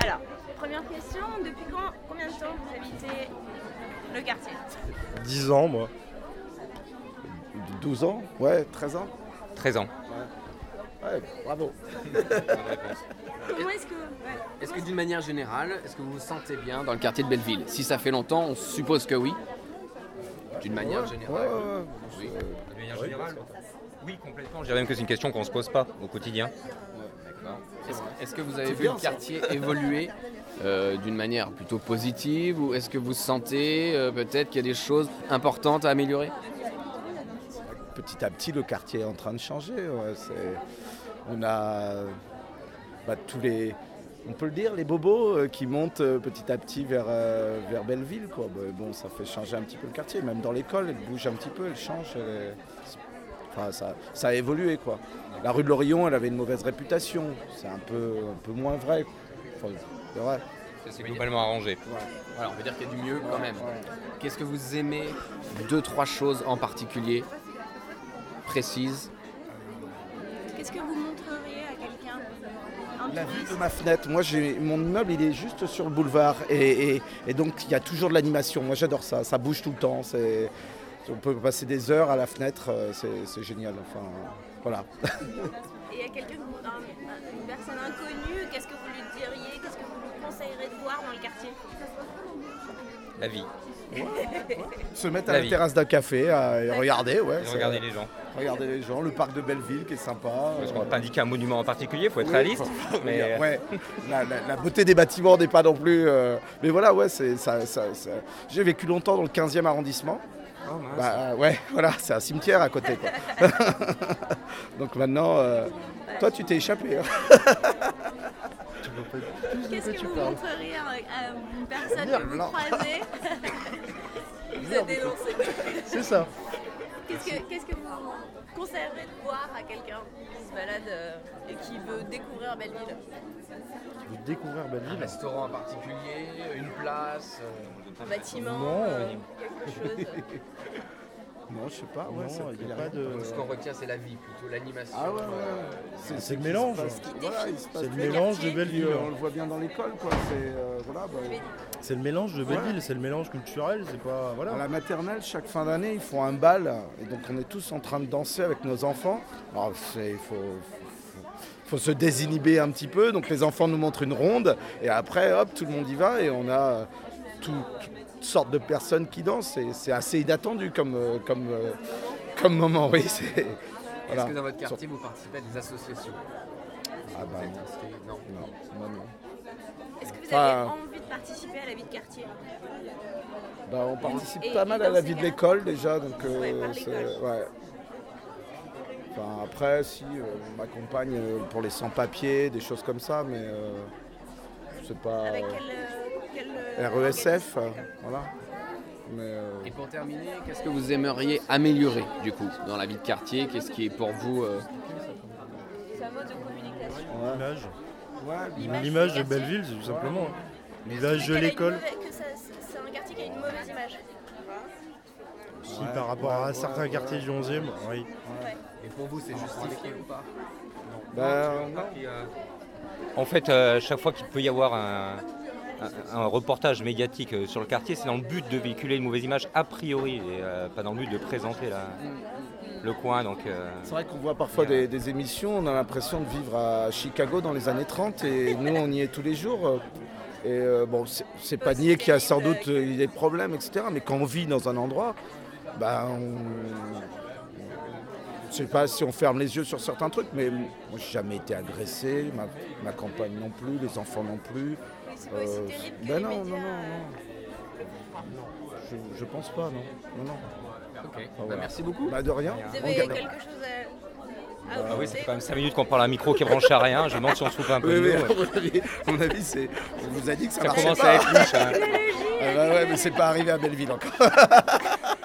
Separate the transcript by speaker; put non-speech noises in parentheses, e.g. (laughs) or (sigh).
Speaker 1: Alors, première question, depuis quand, combien de temps vous habitez le quartier
Speaker 2: 10 ans, moi.
Speaker 3: 12 ans Ouais, 13 ans
Speaker 4: 13 ans.
Speaker 3: Ouais, bravo. Euh,
Speaker 1: Comment est-ce que... ouais,
Speaker 5: Est-ce
Speaker 1: comment
Speaker 5: que d'une manière générale, est-ce que vous vous sentez bien dans le quartier de Belleville Si ça fait longtemps, on suppose que oui. D'une manière générale. Oui.
Speaker 4: De manière générale Oui, complètement. Je dirais même que c'est une question qu'on se pose pas au quotidien.
Speaker 5: D'accord. Est-ce que- Est-ce que vous avez vu le quartier évoluer euh, d'une manière plutôt positive ou est-ce que vous sentez euh, peut-être qu'il y a des choses importantes à améliorer
Speaker 3: Petit à petit, le quartier est en train de changer. ouais, c'est- On a bah, tous les. On peut le dire, les bobos euh, qui montent euh, petit à petit vers, euh, vers Belleville. Quoi. Bah, bon, ça fait changer un petit peu le quartier. Même dans l'école, elle bouge un petit peu, elle change. elle est- Enfin, ça, ça a évolué. Quoi. La rue de l'Orillon, elle avait une mauvaise réputation. C'est un peu, un peu moins vrai. Enfin, c'est vrai.
Speaker 4: Ça s'est globalement arrangé.
Speaker 5: Voilà, on peut dire qu'il y a du mieux quand même. Qu'est-ce que vous aimez Deux, trois choses en particulier précises.
Speaker 1: Qu'est-ce que vous montreriez à quelqu'un Un
Speaker 3: La vue
Speaker 1: touriste
Speaker 3: de ma fenêtre, moi j'ai mon immeuble il est juste sur le boulevard et, et- et donc il y a toujours de l'animation, moi j'adore ça, ça bouge tout le temps, c'est- on peut passer des heures à la fenêtre, euh, c'est c'est génial, enfin voilà.
Speaker 1: Et à quelqu'un, un- un- une personne inconnue, qu'est-ce que vous lui diriez Qu'est-ce que vous lui conseillerez de voir dans le quartier
Speaker 4: La vie.
Speaker 3: Se mettre à
Speaker 4: La
Speaker 3: la,
Speaker 4: vie.
Speaker 3: terrasse d'un café euh, et regarder, ouais,
Speaker 4: Et
Speaker 3: c'est-
Speaker 4: regarder les gens.
Speaker 3: regarder les gens, le parc de Belleville qui est sympa.
Speaker 4: Parce
Speaker 3: euh,
Speaker 4: qu'on va pas indiquer un monument en particulier, faut être
Speaker 3: Oui,
Speaker 4: réaliste.
Speaker 3: faut-
Speaker 4: Mais euh,
Speaker 3: ouais, la, la- la beauté des bâtiments n'est pas non plus. euh, mais voilà, ouais, c'est ça, ça- ça- J'ai vécu longtemps dans le 15e arrondissement. Bah, ouais, (laughs) voilà, c'est un cimetière à côté. quoi. (laughs) Donc maintenant, euh, toi, tu t'es échappé. hein.
Speaker 1: Qu'est-ce que vous montreriez à, à une personne que vous
Speaker 3: Blanc. (laughs)
Speaker 1: croisez Vous êtes dénoncé.
Speaker 3: C'est ça.
Speaker 1: Qu'est-ce que, qu'est-ce que vous conseillerez de voir à quelqu'un qui se balade euh, et qui veut découvrir Belleville
Speaker 3: découvrir
Speaker 5: Un
Speaker 3: Belleville.
Speaker 5: restaurant en particulier, une place.
Speaker 1: Un bâtiment
Speaker 2: Non.
Speaker 1: euh, Quelque
Speaker 3: (laughs)
Speaker 1: chose
Speaker 3: Non, je sais pas. Ouais,
Speaker 2: Non,
Speaker 3: ça-
Speaker 2: il y
Speaker 3: il
Speaker 2: a
Speaker 3: a
Speaker 2: pas
Speaker 3: rien.
Speaker 2: de-
Speaker 5: Ce qu'on retient, c'est la vie plutôt, l'animation.
Speaker 3: Ah ouais, ouais. ouais.
Speaker 2: C'est le mélange.
Speaker 3: il se passe- voilà, il se passe
Speaker 2: C'est le
Speaker 3: des-
Speaker 2: mélange de
Speaker 1: quartier.
Speaker 3: Puis,
Speaker 2: Belleville.
Speaker 3: euh, on le voit bien dans l'école, quoi. C'est euh, voilà. bah,
Speaker 2: C'est le mélange de Belleville, c'est le mélange culturel, c'est pas.
Speaker 3: À
Speaker 2: Voilà.
Speaker 3: la maternelle, chaque fin d'année, ils font un bal. Et donc, on est tous en train de danser avec nos enfants. Alors, c'est- il faut, faut- faut- faut se désinhiber un petit peu. Donc, les enfants nous montrent une ronde. Et après, hop, tout le monde y va. Et on a euh, tout- toutes sortes de personnes qui dansent. Et c'est assez inattendu comme, euh, comme, euh, comme moment. Oui, c'est. voilà.
Speaker 5: Est-ce que dans votre quartier, vous participez à des associations
Speaker 3: Ah bah,
Speaker 5: Vous êtes inscrit Non.
Speaker 3: non, non, non.
Speaker 1: Est-ce que vous
Speaker 3: Enfin,
Speaker 1: avez envie de participer à la vie de quartier
Speaker 3: Bah, on participe
Speaker 1: Et-
Speaker 3: pas
Speaker 1: et
Speaker 3: mal
Speaker 1: dans
Speaker 3: à la
Speaker 1: ces
Speaker 3: vie de
Speaker 1: cas-là-
Speaker 3: l'école déjà, donc euh,
Speaker 1: Ouais, par
Speaker 3: c'est-
Speaker 1: l'école.
Speaker 3: ouais. Enfin, après, si, euh, on m'accompagne euh, pour les sans-papiers, des choses comme ça, mais euh, c'est pas
Speaker 1: Avec
Speaker 3: euh,
Speaker 1: quel, euh, quel, euh,
Speaker 3: RESF, euh,
Speaker 1: organisme
Speaker 3: voilà. Mais euh,
Speaker 5: Et pour terminer, qu'est-ce que vous aimeriez améliorer du coup dans la vie de quartier Qu'est-ce qui est pour vous euh,
Speaker 1: Ça va de communication.
Speaker 2: L'image.
Speaker 3: ouais,
Speaker 2: L'image de Belleville, c'est tout simplement. hein. L'image de
Speaker 1: Qu'elle a une
Speaker 2: l'école.
Speaker 1: mauvaise- que ça- C'est un quartier qui a une mauvaise image.
Speaker 2: Si par rapport à certains quartiers du 11e, oui.
Speaker 5: Et pour vous, c'est justifié ou pas
Speaker 3: bah, non.
Speaker 4: euh, En fait, euh, chaque fois qu'il peut y avoir un, un- un reportage médiatique euh, sur le quartier, c'est dans le but de véhiculer une mauvaise image a priori, et euh, pas dans le but de présenter la-
Speaker 3: Mm,
Speaker 4: le coin. Donc, euh,
Speaker 3: C'est vrai qu'on voit parfois des, des émissions, on a l'impression de vivre à Chicago dans les années 30
Speaker 1: (laughs)
Speaker 3: et nous on y est tous les jours. Et euh, bon, c'est- c'est pas nier qu'il y a sans doute euh, des problèmes, etc. Mais quand on vit dans un endroit, ben on. Je sais pas si on ferme les yeux sur certains trucs, mais moi j'ai jamais été agressé, ma, ma compagne non plus, les enfants non plus.
Speaker 1: Oui, c'est pas aussi
Speaker 3: Euh,
Speaker 1: terrible que
Speaker 3: ben
Speaker 1: les
Speaker 3: non, non,
Speaker 1: médias,
Speaker 3: non,
Speaker 1: euh,
Speaker 3: non. Je, je pense pas, non. non, non.
Speaker 5: Ok. Bah,
Speaker 3: Ah, voilà.
Speaker 5: merci beaucoup.
Speaker 3: Bah de rien.
Speaker 1: Hmm Vous
Speaker 3: On
Speaker 1: avez
Speaker 3: garde-
Speaker 1: quelque chose à, à
Speaker 4: ah oui, ça
Speaker 1: augmenter
Speaker 4: fait quand même 5 minutes qu'on parle à un micro qui est branché à rien. Je me demande si on se fout pas un peu
Speaker 3: Oui,
Speaker 4: de
Speaker 3: oui,
Speaker 4: nous.
Speaker 3: à mon avis, à mon avis, c'est. On vous a dit que ça,
Speaker 4: Ça
Speaker 3: marchait
Speaker 4: commence
Speaker 3: pas.
Speaker 4: à être louche. hein.
Speaker 3: Ah bah ouais, mais c'est pas arrivé à Belleville encore.